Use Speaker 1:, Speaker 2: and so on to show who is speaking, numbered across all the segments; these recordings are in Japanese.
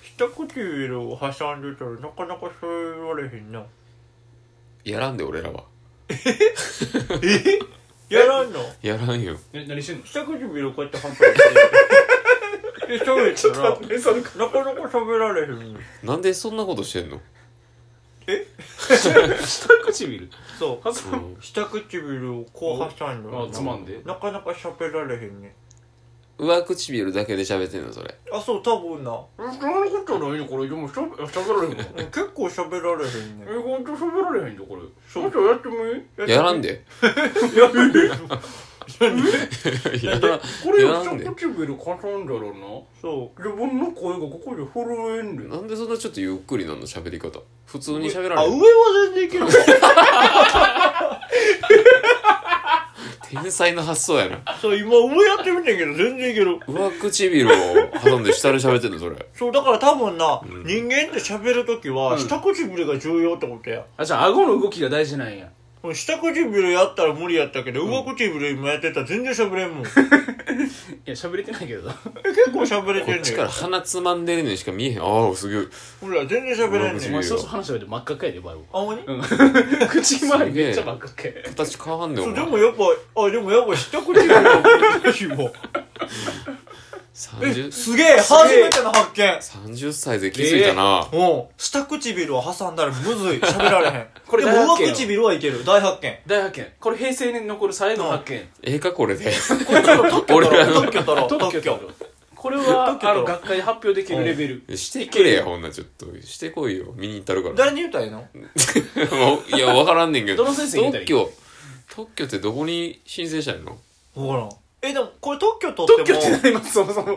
Speaker 1: 一唇を挟んでたらなかなかそう言われへんな
Speaker 2: やらんで俺らは
Speaker 1: えやらんの
Speaker 2: やらんよ
Speaker 3: え何してんの
Speaker 1: 下唇をこうやって半端にしてで
Speaker 3: ち
Speaker 1: 喋
Speaker 3: ょっ
Speaker 1: っ
Speaker 3: と
Speaker 1: たら
Speaker 3: 待ってそれ
Speaker 1: なかなか喋られへんの
Speaker 2: なんでそんなことしてんの
Speaker 3: 下唇
Speaker 1: そう
Speaker 3: あそう
Speaker 2: うん
Speaker 1: 下唇をこう挟んだら
Speaker 3: あつまんで
Speaker 1: なかなか喋られへんね
Speaker 2: 上唇だけで喋ってんのそれ
Speaker 1: あそう多分な
Speaker 3: そんなことないのこれでもしゃしゃべられへんの
Speaker 1: うん結構喋られへんね
Speaker 3: えほんとしゃべられへんのこれ
Speaker 1: そう
Speaker 3: もうちょいやってもいい
Speaker 2: やらんで
Speaker 1: やらんで
Speaker 2: やらん
Speaker 3: これ
Speaker 2: やらんで
Speaker 3: 下唇挟んだらな
Speaker 1: そう
Speaker 3: 自分の声がここで震えんねん
Speaker 2: なんでそんなちょっとゆっくりなんの喋り方普通に喋ら
Speaker 1: あ
Speaker 2: れ
Speaker 1: 上
Speaker 2: る
Speaker 1: は全然いける
Speaker 2: 天才の発想やな
Speaker 1: そう今上やってみてんけど全然いける
Speaker 2: 上唇を挟んで下で喋ってんのそれ
Speaker 1: そうだから多分な、
Speaker 2: うん
Speaker 1: 人間って喋るとき
Speaker 3: う
Speaker 1: は
Speaker 3: ん
Speaker 1: 下唇が重要ってことや、
Speaker 3: あじゃあ顎の動きが大事なんや
Speaker 1: 下唇やったら無理やったけど、上唇今やってたら全然喋れんもん結
Speaker 3: いや喋れてないけどな
Speaker 1: 構喋れて
Speaker 2: こっ
Speaker 1: んね
Speaker 2: ち
Speaker 1: ん
Speaker 2: から鼻つまんでるのにしか見えへんああすげえ
Speaker 1: ほら全然喋れんね
Speaker 3: お
Speaker 1: ん
Speaker 2: 上唇
Speaker 3: 前そうそう話しゃべって真っ赤っかやでバイ
Speaker 1: あほんまに
Speaker 3: うん口周りめっちゃ真っ赤っかや
Speaker 2: 形変わんねん
Speaker 1: そ
Speaker 2: お
Speaker 1: うで
Speaker 2: 前
Speaker 1: もやっぱあでもやっぱ下唇が難しいもんえ
Speaker 2: 30,
Speaker 1: すげえ
Speaker 3: すげえ
Speaker 1: 初めての発見
Speaker 2: 30歳で気づいたな、
Speaker 1: もう下唇を挟んだらむずい喋られへん
Speaker 3: これ
Speaker 1: で
Speaker 3: 大
Speaker 1: も
Speaker 3: 発見
Speaker 1: 上唇はいける大発見
Speaker 3: 大発見これ平成に残る最後の発見
Speaker 2: ええかこれで
Speaker 1: これちょっと特許取ろう
Speaker 2: 俺
Speaker 1: 特許取ろう
Speaker 3: 特
Speaker 1: 特
Speaker 3: 許
Speaker 1: 許
Speaker 3: これは
Speaker 1: 特許だ
Speaker 3: あの学会で発表できるレベル
Speaker 2: してくれやほんならちょっとしてこいよ見に行ったるから
Speaker 1: 誰に言ったらいいの
Speaker 2: もういやわからんねんけど
Speaker 3: どの先生に言いたらい
Speaker 2: 特
Speaker 3: い
Speaker 2: 許特許ってどこに申請したんやろ
Speaker 1: 分からんえでもこれ特許取
Speaker 3: 特
Speaker 1: って
Speaker 3: 許
Speaker 1: も
Speaker 3: って何ますそもそも
Speaker 1: え、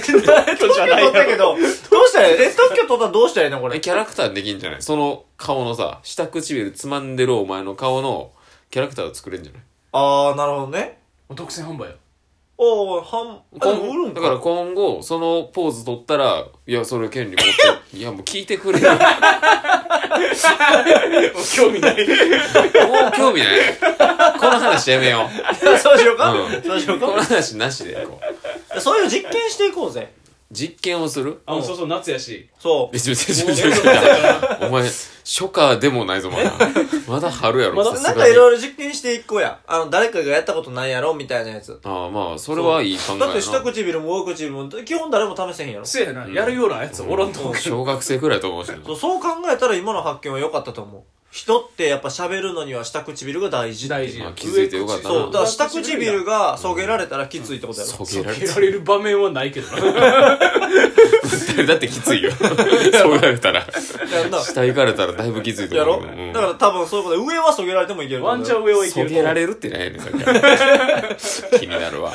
Speaker 1: 特許取ったけど、どうしたらいいえ、特許取ったらどうしたらいいのこ
Speaker 2: え
Speaker 1: れ。
Speaker 2: キャラクターできんじゃないその顔のさ下唇つまんでるお前の顔のキャラクターを作れんじゃない
Speaker 1: あー、なるほどね。
Speaker 3: 独占販売よ
Speaker 1: おー、半、あ、でも売るん
Speaker 2: だ
Speaker 1: か。
Speaker 2: から今後そのポーズ取ったらいやそれ権利持っていやもう聞いてくれよ
Speaker 3: 興味ない
Speaker 2: もう興味ないこの話やめよう
Speaker 1: ら、 そうしようか
Speaker 2: うん。
Speaker 1: そうしよう
Speaker 2: この
Speaker 1: か。
Speaker 2: 話なしでこう
Speaker 1: そういう実験していこうぜ。
Speaker 2: 実験をする
Speaker 3: あそうそう夏やし
Speaker 1: そう。
Speaker 2: えちょちょち
Speaker 3: も
Speaker 2: ょ
Speaker 3: う
Speaker 2: ちょちょ
Speaker 3: 夏やから
Speaker 2: お前初夏でもないぞまだまだ春やろ
Speaker 3: まだ
Speaker 2: さす
Speaker 1: な
Speaker 2: が
Speaker 1: ん
Speaker 2: に
Speaker 1: かいろいろ実験していこうや。あの、誰かがやったことないやろみたいなやつ。
Speaker 2: ああまあそれはいい考えや
Speaker 1: だって下唇も上唇も、基本誰も試せへんやろ。そ
Speaker 3: せやな、やるようなやつおらんと思う
Speaker 2: な小学生くらいやと思うしな
Speaker 1: う、そう考えたら今の発見は良かったと思う。人ってやっぱ喋るのには下唇が大事。
Speaker 3: 大事
Speaker 2: まあ気づいてよかったな
Speaker 1: そう、だから下唇
Speaker 3: が
Speaker 1: がそげられたらきついってことやろ。
Speaker 2: そげ
Speaker 3: 蹴
Speaker 2: られて
Speaker 3: られる場面はないけど な
Speaker 2: だってきつ いよそうやれたら
Speaker 1: やな
Speaker 2: 下行かれたらだいぶきついと
Speaker 1: や
Speaker 2: 思
Speaker 1: ろ
Speaker 2: ううん
Speaker 1: だから多分そういうことで上はそげられてもいける
Speaker 3: ワンチャン上はいけ
Speaker 2: そ
Speaker 3: る
Speaker 2: げられるってないねんさっ きから気になるわ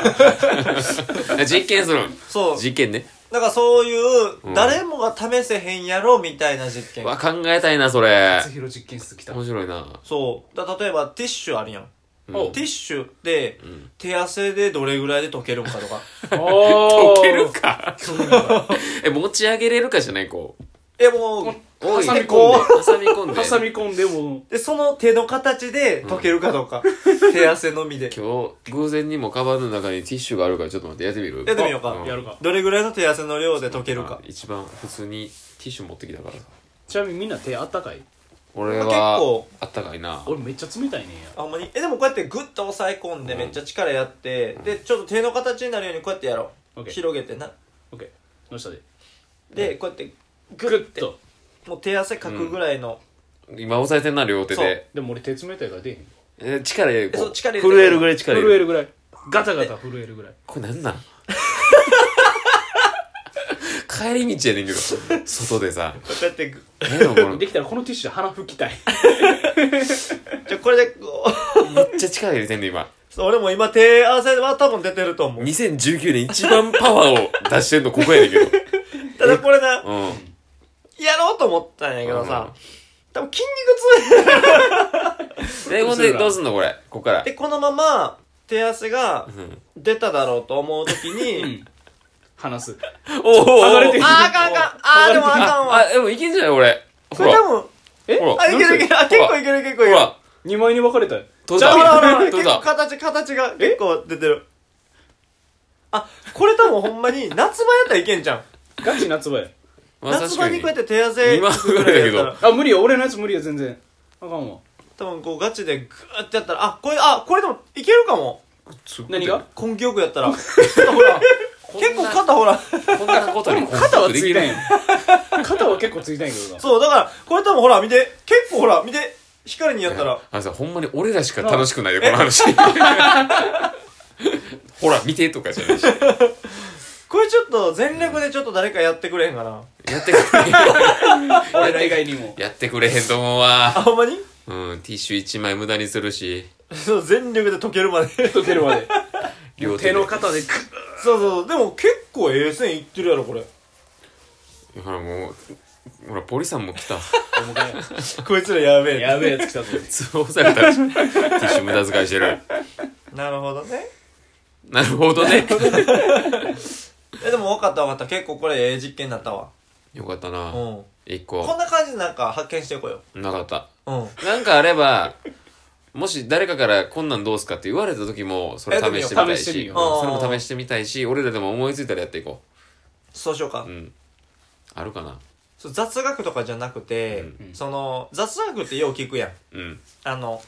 Speaker 2: 実験するん
Speaker 1: そう
Speaker 2: 実験ね
Speaker 1: だからそういう
Speaker 2: うん
Speaker 1: 誰もが試せへんやろみたいな実験
Speaker 2: わ考えたいなそれ
Speaker 3: 夏広実験室来た
Speaker 2: 面白いな
Speaker 1: そうだ例えばティッシュあるやん
Speaker 3: お
Speaker 1: ティッシュで
Speaker 2: ん
Speaker 1: 手汗でどれぐらいで溶けるんかと か
Speaker 3: お
Speaker 2: 置けるかえ持ち上げれるかじゃないこう
Speaker 1: えもう
Speaker 2: おい
Speaker 3: 挟み込んで
Speaker 2: こう挟み込んで
Speaker 3: 挟み込んでも
Speaker 1: でその手の形で溶けるかどうか手汗のみで
Speaker 2: 今日偶然にもカバンの中にティッシュがあるからちょっと待ってやってみる
Speaker 1: やってみようか
Speaker 2: ん
Speaker 3: やるか
Speaker 1: どれぐらいの手汗の量で溶ける
Speaker 2: あ
Speaker 1: か
Speaker 2: 一番普通にティッシュ持ってきたからさ
Speaker 3: ちなみにみんな手あったかい
Speaker 2: 俺
Speaker 1: 結
Speaker 2: は
Speaker 1: 構
Speaker 2: あったかいな
Speaker 3: 俺めっちゃ冷たいねんや
Speaker 1: あほんまにえでもこうやってグッと押さえ込んで
Speaker 2: うん
Speaker 1: めっちゃ力やって、でちょっと手の形になるようにこうやってやろう、
Speaker 3: OK
Speaker 1: 広げてな
Speaker 3: オッケーの下で
Speaker 1: でこうやって
Speaker 3: グッと
Speaker 1: もう手汗かくぐらいの、
Speaker 2: 今押さえてんな両手で
Speaker 3: でも俺手冷たいから出へん
Speaker 2: えー力入れこ
Speaker 1: えそう力入れて
Speaker 2: 震えるぐらい力入
Speaker 3: 震
Speaker 2: れ
Speaker 3: え
Speaker 2: る
Speaker 3: るぐらいガタガタ震えるぐらい
Speaker 2: これなんなん帰り道やねんけど外でさ
Speaker 1: こうやってぐ
Speaker 2: 何やろこのめ
Speaker 3: で
Speaker 2: っ
Speaker 3: きたらこのティッシュで鼻拭きたい
Speaker 1: じゃあこれでこう
Speaker 2: ちゃ力入れてんねん今
Speaker 1: そう俺も今手汗は多分出てると思う
Speaker 2: 2019年一番パワーを出してんのここやねんけど
Speaker 1: ただこれな
Speaker 2: うん
Speaker 1: やろうと思ったんやけど
Speaker 2: うん
Speaker 1: さ多分筋肉痛
Speaker 2: でほんでどうすんのこれこっから
Speaker 1: でこのまま手汗が
Speaker 2: うん
Speaker 1: 出ただろうと思う時
Speaker 3: うん
Speaker 1: に
Speaker 3: 話す
Speaker 2: おおおお
Speaker 3: 剥がれてる
Speaker 1: あーあかんあかんあーでもあかんわ
Speaker 2: あでもいけんじゃない俺
Speaker 1: こ
Speaker 2: ほ
Speaker 1: れ
Speaker 2: ら
Speaker 1: 多分
Speaker 3: え
Speaker 2: ほら
Speaker 1: あいけるいけるあ
Speaker 2: ほ
Speaker 1: 結
Speaker 2: ら
Speaker 1: 構いける結構い
Speaker 2: ほ
Speaker 1: ける
Speaker 2: ら
Speaker 3: 2枚に分かれたよ
Speaker 2: 取
Speaker 3: じ
Speaker 2: れ
Speaker 3: ゃ
Speaker 2: た
Speaker 3: あ
Speaker 1: ほらほらほら
Speaker 2: どう
Speaker 1: 結
Speaker 2: だ
Speaker 1: 構形形が結構出てる あこれ多分ほんまに夏場やったらいけんじゃん
Speaker 3: ガチ夏場や
Speaker 2: まあ
Speaker 1: 夏場にこうやって手汗
Speaker 2: 今
Speaker 1: つくぐらいやったら
Speaker 3: あ無理よ俺のやつ無理よ全然あかんわ
Speaker 1: 多分こうガチでグーってやったらあこれあこれでもいけるかも
Speaker 3: 何が
Speaker 1: 根気よくや ったら肩ほら結構肩ほら
Speaker 2: こんなことに
Speaker 3: 肩はついたん
Speaker 2: よ
Speaker 3: や肩は結構ついたんやけどな
Speaker 1: そうだからこれ多分ほら見て結構ほら見て光にやったら
Speaker 2: あのさほんまに俺らしか楽しくないよこの話ほら見てとかじゃないし
Speaker 1: これちょっと全力でちょっと誰かやってくれへんかな
Speaker 2: やってくれ
Speaker 3: 俺ら以外にも
Speaker 2: やってくれへんと思うわ
Speaker 1: あほんまに
Speaker 2: うんティッシュ1枚無駄にするし
Speaker 1: そう全力で溶ける までそう
Speaker 3: と出るまで
Speaker 2: 両手
Speaker 3: 手
Speaker 2: で
Speaker 3: の肩でグ
Speaker 1: そうでも結構ええ線いってるやろこれ
Speaker 2: ほらもうほらポリさんも来た
Speaker 3: ッ
Speaker 1: こいつらやべえ
Speaker 3: やべえやつ来たぞ
Speaker 2: 通報されたらしいティッシュ無駄遣いしてる
Speaker 1: なるほどね
Speaker 2: なるほどね
Speaker 1: えでも分かった分かった結構これええ実験だったわ
Speaker 2: よかった
Speaker 1: うん
Speaker 2: な
Speaker 1: こ
Speaker 2: 一
Speaker 1: ん
Speaker 2: 個
Speaker 1: な感じでなんか発見していこうよ
Speaker 2: なかった
Speaker 1: うん
Speaker 2: なんかあればもし誰かからこんなんどうすかって言われた時もそれ試してみたい
Speaker 3: 試してみ
Speaker 2: し、
Speaker 3: よ
Speaker 1: う
Speaker 2: うんそれも試してみたいし俺らでも思いついたらやっていこ
Speaker 1: そうしようか
Speaker 2: ううんあるかな
Speaker 1: そう雑学とかじゃなくて、
Speaker 2: うん
Speaker 1: その雑学ってよう聞くやん
Speaker 2: うん
Speaker 1: あの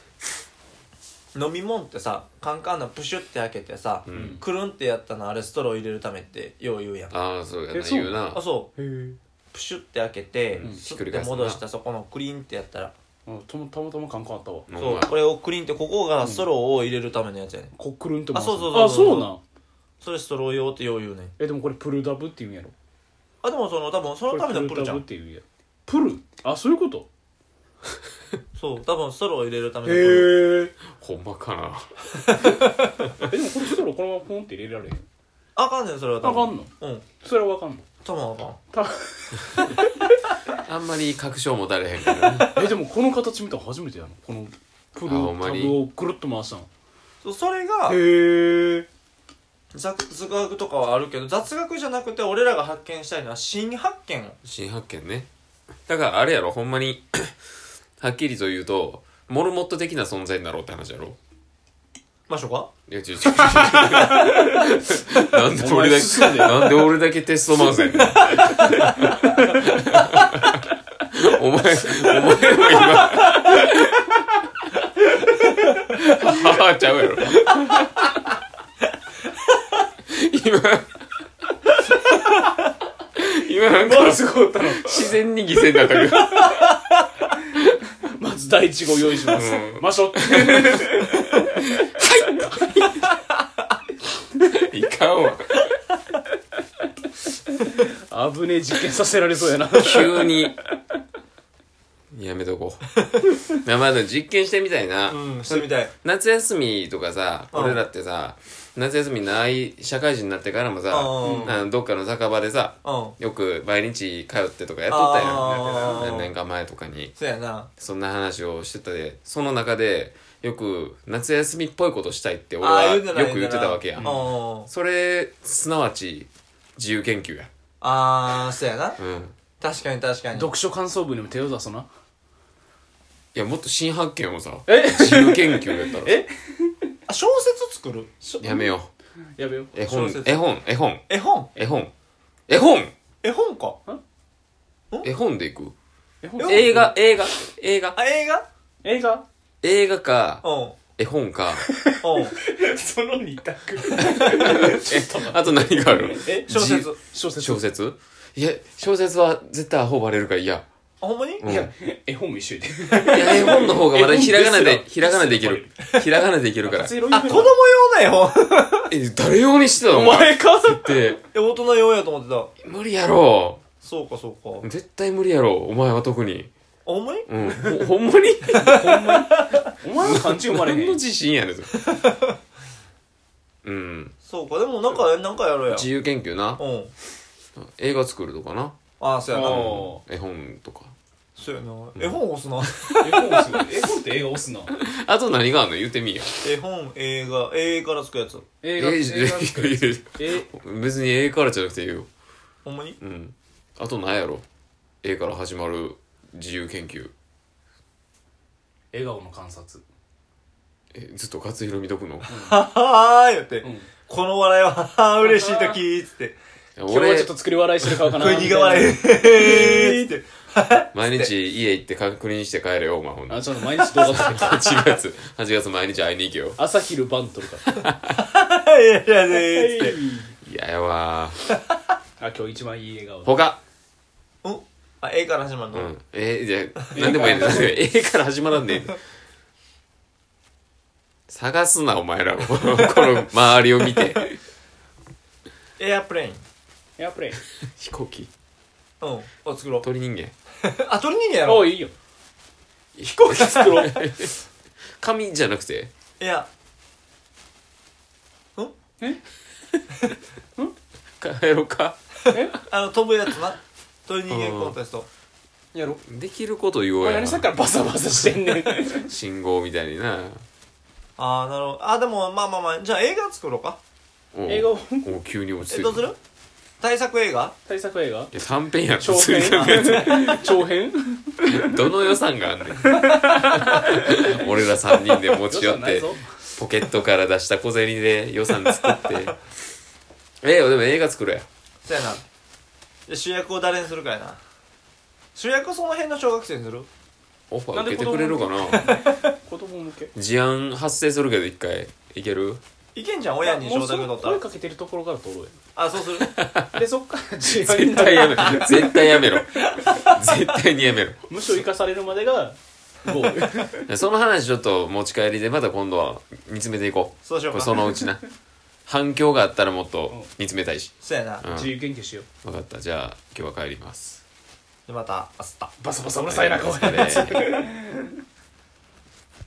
Speaker 1: 飲み物ってさカンカンのプシュって開けてさ、
Speaker 2: う
Speaker 3: うん
Speaker 2: ん
Speaker 1: くるんってやったのあれストロー入れるためってよう言うやんあ
Speaker 2: ああそうや
Speaker 3: え
Speaker 2: な
Speaker 3: そう
Speaker 2: 言うな
Speaker 1: そう
Speaker 3: へ
Speaker 1: プシュって開けて、
Speaker 2: うん
Speaker 1: ス
Speaker 2: ひっ
Speaker 1: ッ
Speaker 2: くり
Speaker 1: て
Speaker 2: 返すな
Speaker 1: 戻したそこのクリンってやったら、
Speaker 3: えたまたまたま感感あったわ
Speaker 2: お前
Speaker 1: そうこれをクリンってここがストローを入れるためのやつやねん
Speaker 3: こっくるんと回
Speaker 1: あ
Speaker 3: す
Speaker 1: そうそうそうそう
Speaker 3: あそうなん
Speaker 1: それストロー用ってよう言うねん
Speaker 3: えでもこれプルダブって言うんやろ
Speaker 1: あでもその多分そのためのプルじゃん
Speaker 3: これプルダブって言うんやプルあそういうこと
Speaker 1: そう多分ストローを入れるためのプル
Speaker 3: へえ
Speaker 2: ほんまかな
Speaker 3: でもこれストローこのままポンって入れられへん
Speaker 1: あかんねんそれは多
Speaker 3: あ
Speaker 1: 分
Speaker 3: かんの
Speaker 1: うん
Speaker 3: それはわかんの
Speaker 1: 多分あかん
Speaker 3: た
Speaker 2: あんまり確証持たれへんからな
Speaker 3: えでもこの形見たの初めてやのこのプル
Speaker 2: あほんま
Speaker 3: タ
Speaker 2: に
Speaker 3: ブをくるっと回したの
Speaker 1: そうそれが
Speaker 3: へえ
Speaker 1: 雑学とかはあるけど雑学じゃなくて俺らが発見したいのは新発見
Speaker 2: 新発見ねだからあれやろほんまに はっきりと言うとモルモット的な存在になろうって話やろ
Speaker 1: ましょうか
Speaker 2: いや違う違う違うなんで俺
Speaker 3: お前
Speaker 2: だ
Speaker 3: 進ん
Speaker 2: け
Speaker 3: で
Speaker 2: なんで俺だけテストマウスやねん お前お前は今母ちゃうやろ今今なん
Speaker 3: ま
Speaker 2: か
Speaker 3: ずこうったの
Speaker 2: 自然に犠牲になったけど
Speaker 3: まず第一号用意します
Speaker 2: うん
Speaker 3: ましょって
Speaker 2: いかんわ。
Speaker 3: 危ねえ実験させられそうやな
Speaker 2: 急に。やめとこう。まあまあでも実験してみたいな。
Speaker 1: うんしてみたい
Speaker 2: 夏休みとかさ、
Speaker 1: うん
Speaker 2: 俺らってさ、夏休みない社会人になってからもさ、
Speaker 1: うん
Speaker 2: あのどっかの酒場でさ、
Speaker 1: うん
Speaker 2: よく毎日通ってとかやっとった
Speaker 1: あー
Speaker 2: やん。何年か前とかに。
Speaker 1: そうやな
Speaker 2: そんな話をしてたで、その中で、よく夏休みっぽいことしたいって俺
Speaker 1: あ
Speaker 2: は
Speaker 1: あ言う
Speaker 2: よ
Speaker 1: てた
Speaker 2: く言ってたわけや。
Speaker 1: うんん
Speaker 2: それ、すなわち、自由研究や。
Speaker 1: あーそうやな
Speaker 2: うん。
Speaker 1: 確かに確かに
Speaker 3: 読書感想文にも手を出すない
Speaker 2: や、もっと新発見をさ、
Speaker 3: え
Speaker 2: 自由研究 やったら。
Speaker 3: え
Speaker 1: あ小説作る
Speaker 2: やめよ
Speaker 3: やべよ
Speaker 2: う。絵本
Speaker 1: 小、説
Speaker 2: 絵本、絵本、
Speaker 1: 絵本
Speaker 2: 絵本。絵本
Speaker 1: 絵本か
Speaker 2: 絵本でいく
Speaker 3: 絵本
Speaker 2: 映画、映画、映画。
Speaker 1: あ映画
Speaker 3: 映画
Speaker 2: 映画か、
Speaker 1: う
Speaker 2: 絵本
Speaker 1: ん
Speaker 2: か。
Speaker 1: うん
Speaker 3: その二択
Speaker 2: あと何がある
Speaker 3: え
Speaker 1: 小説
Speaker 3: 小説
Speaker 2: 小説いや、小説は絶対アホバレるから嫌。
Speaker 1: あほんまに
Speaker 2: うん
Speaker 3: い
Speaker 2: い
Speaker 3: や
Speaker 2: や、
Speaker 3: 絵本も一緒やで
Speaker 2: 絵本の方がまだ
Speaker 3: 絵本
Speaker 2: ひらがな
Speaker 3: です
Speaker 2: で
Speaker 3: ら、
Speaker 2: ひらがなでいける。ひらがなでいけるから。
Speaker 1: あ子供用の絵本
Speaker 2: え、誰用にしてたの
Speaker 3: お前か
Speaker 2: って。
Speaker 1: え大人用やと思ってた
Speaker 2: 無理やろ。
Speaker 1: そうかそうかあ
Speaker 2: 絶対無理やろ。お前は特に。
Speaker 1: ほんまに
Speaker 2: うん。ほほんまに
Speaker 3: お前の漢字読まれ
Speaker 2: 何
Speaker 3: へ
Speaker 2: の
Speaker 3: ん
Speaker 2: 自信やねんそれうん
Speaker 1: そうかでもなんかなんかやろうや
Speaker 2: 自由研究な
Speaker 1: うん
Speaker 2: 映画作るとかな
Speaker 1: あーそうや
Speaker 3: あ
Speaker 1: な
Speaker 3: ー
Speaker 2: 絵本とか
Speaker 1: そうやな絵本押すな
Speaker 3: 絵本押す絵本って映画押すな
Speaker 2: あと何があんの言ってみいよ
Speaker 1: 絵本映画絵から作るやつ
Speaker 3: 映
Speaker 2: え
Speaker 3: 画
Speaker 2: いや
Speaker 3: 映
Speaker 2: い
Speaker 3: 画
Speaker 2: やいやい
Speaker 3: え
Speaker 2: や別に絵からじゃなくていいよ
Speaker 1: ほんまに
Speaker 2: うんあと何やろ絵から始まる自由研究
Speaker 3: 笑顔の観察
Speaker 2: えずっと勝弘見とくの
Speaker 1: ははーい言って
Speaker 3: うん
Speaker 1: この笑いはははー嬉しい時つって
Speaker 3: 今日は
Speaker 2: 俺
Speaker 3: ちょっと作り笑いしてる顔かな
Speaker 1: 食い苦笑い。
Speaker 3: み
Speaker 1: へーって。
Speaker 2: 毎日家行って確認して帰れよお前ほん
Speaker 3: た
Speaker 2: な
Speaker 3: いなあ
Speaker 2: ら
Speaker 3: ちょっと毎日動画撮ってる
Speaker 2: 8月8月 毎日会いに行けよ
Speaker 3: 朝昼晩撮るから
Speaker 1: はい、やいやねーっ
Speaker 3: はい
Speaker 1: て。
Speaker 2: いややわー
Speaker 3: あ今日一番いい笑顔だ
Speaker 2: 他
Speaker 1: おあ、A から始まる
Speaker 2: う
Speaker 1: の
Speaker 2: んえー、じゃあ何でもいいね何でもいいええから始まらんねん探すなお前らを この周りを見て
Speaker 1: エアプレイン。
Speaker 3: エアプレイン
Speaker 2: 飛行機
Speaker 1: うん。あ、作ろう。
Speaker 2: 鳥人間
Speaker 1: あ、鳥人間やろ
Speaker 3: おういいよ
Speaker 2: 飛行機作 ろう紙じゃなくて
Speaker 1: いや。ん
Speaker 2: 帰ろうか
Speaker 1: あの、飛ぶやつな。鳥人間コンテスト。
Speaker 3: やろ
Speaker 2: できること言お
Speaker 3: お
Speaker 2: う
Speaker 3: 前
Speaker 2: や
Speaker 3: 何さっきからバサバサしてんねんう
Speaker 2: 信号みたいにな
Speaker 1: あー、なるほど。あ、でも、まあまあまあ、じゃあ映画作ろうか。
Speaker 2: おう
Speaker 3: 映画を
Speaker 2: おう急に落ち着い
Speaker 1: え、
Speaker 2: た
Speaker 1: どうする対策映画
Speaker 3: 対策映画
Speaker 2: いや短編やろ
Speaker 3: 長
Speaker 2: 普通に考えて
Speaker 3: 編長編
Speaker 2: どの予算があんねん 俺ら3人で持ち寄っ
Speaker 3: 予算ない
Speaker 2: て
Speaker 3: ぞ
Speaker 2: ポケットから出した小銭で予算作 ってええよでも映画作るや
Speaker 1: そうやな。で主役を誰にするかやな。主役その辺の小学生にする
Speaker 2: オファー受けてくれるかな
Speaker 3: 子供向け
Speaker 2: 事案発生するけど一回いける
Speaker 1: いけんじゃん、親に承諾取
Speaker 3: もう
Speaker 1: っ
Speaker 3: そ
Speaker 1: た
Speaker 3: れ声
Speaker 1: ら。
Speaker 3: かけてるところから撮ろう
Speaker 1: あ、そうする。
Speaker 3: よでそっから自由
Speaker 2: 絶
Speaker 3: に
Speaker 2: 対やめろ絶対やめろ絶対にやめろ
Speaker 3: むしろ生かされるまでがゴール
Speaker 2: その話ちょっと持ち帰りでまた今度は見つめていこう
Speaker 1: そうしようか
Speaker 2: その うちな反響があったらもっと見つめたいし、
Speaker 1: そうやな。
Speaker 2: うん、
Speaker 3: 自
Speaker 2: 分
Speaker 3: 由研究しよう
Speaker 2: かったじゃあ今日は帰ります
Speaker 1: で、また、明日。
Speaker 3: バサバサうるさいな声
Speaker 2: お疲れ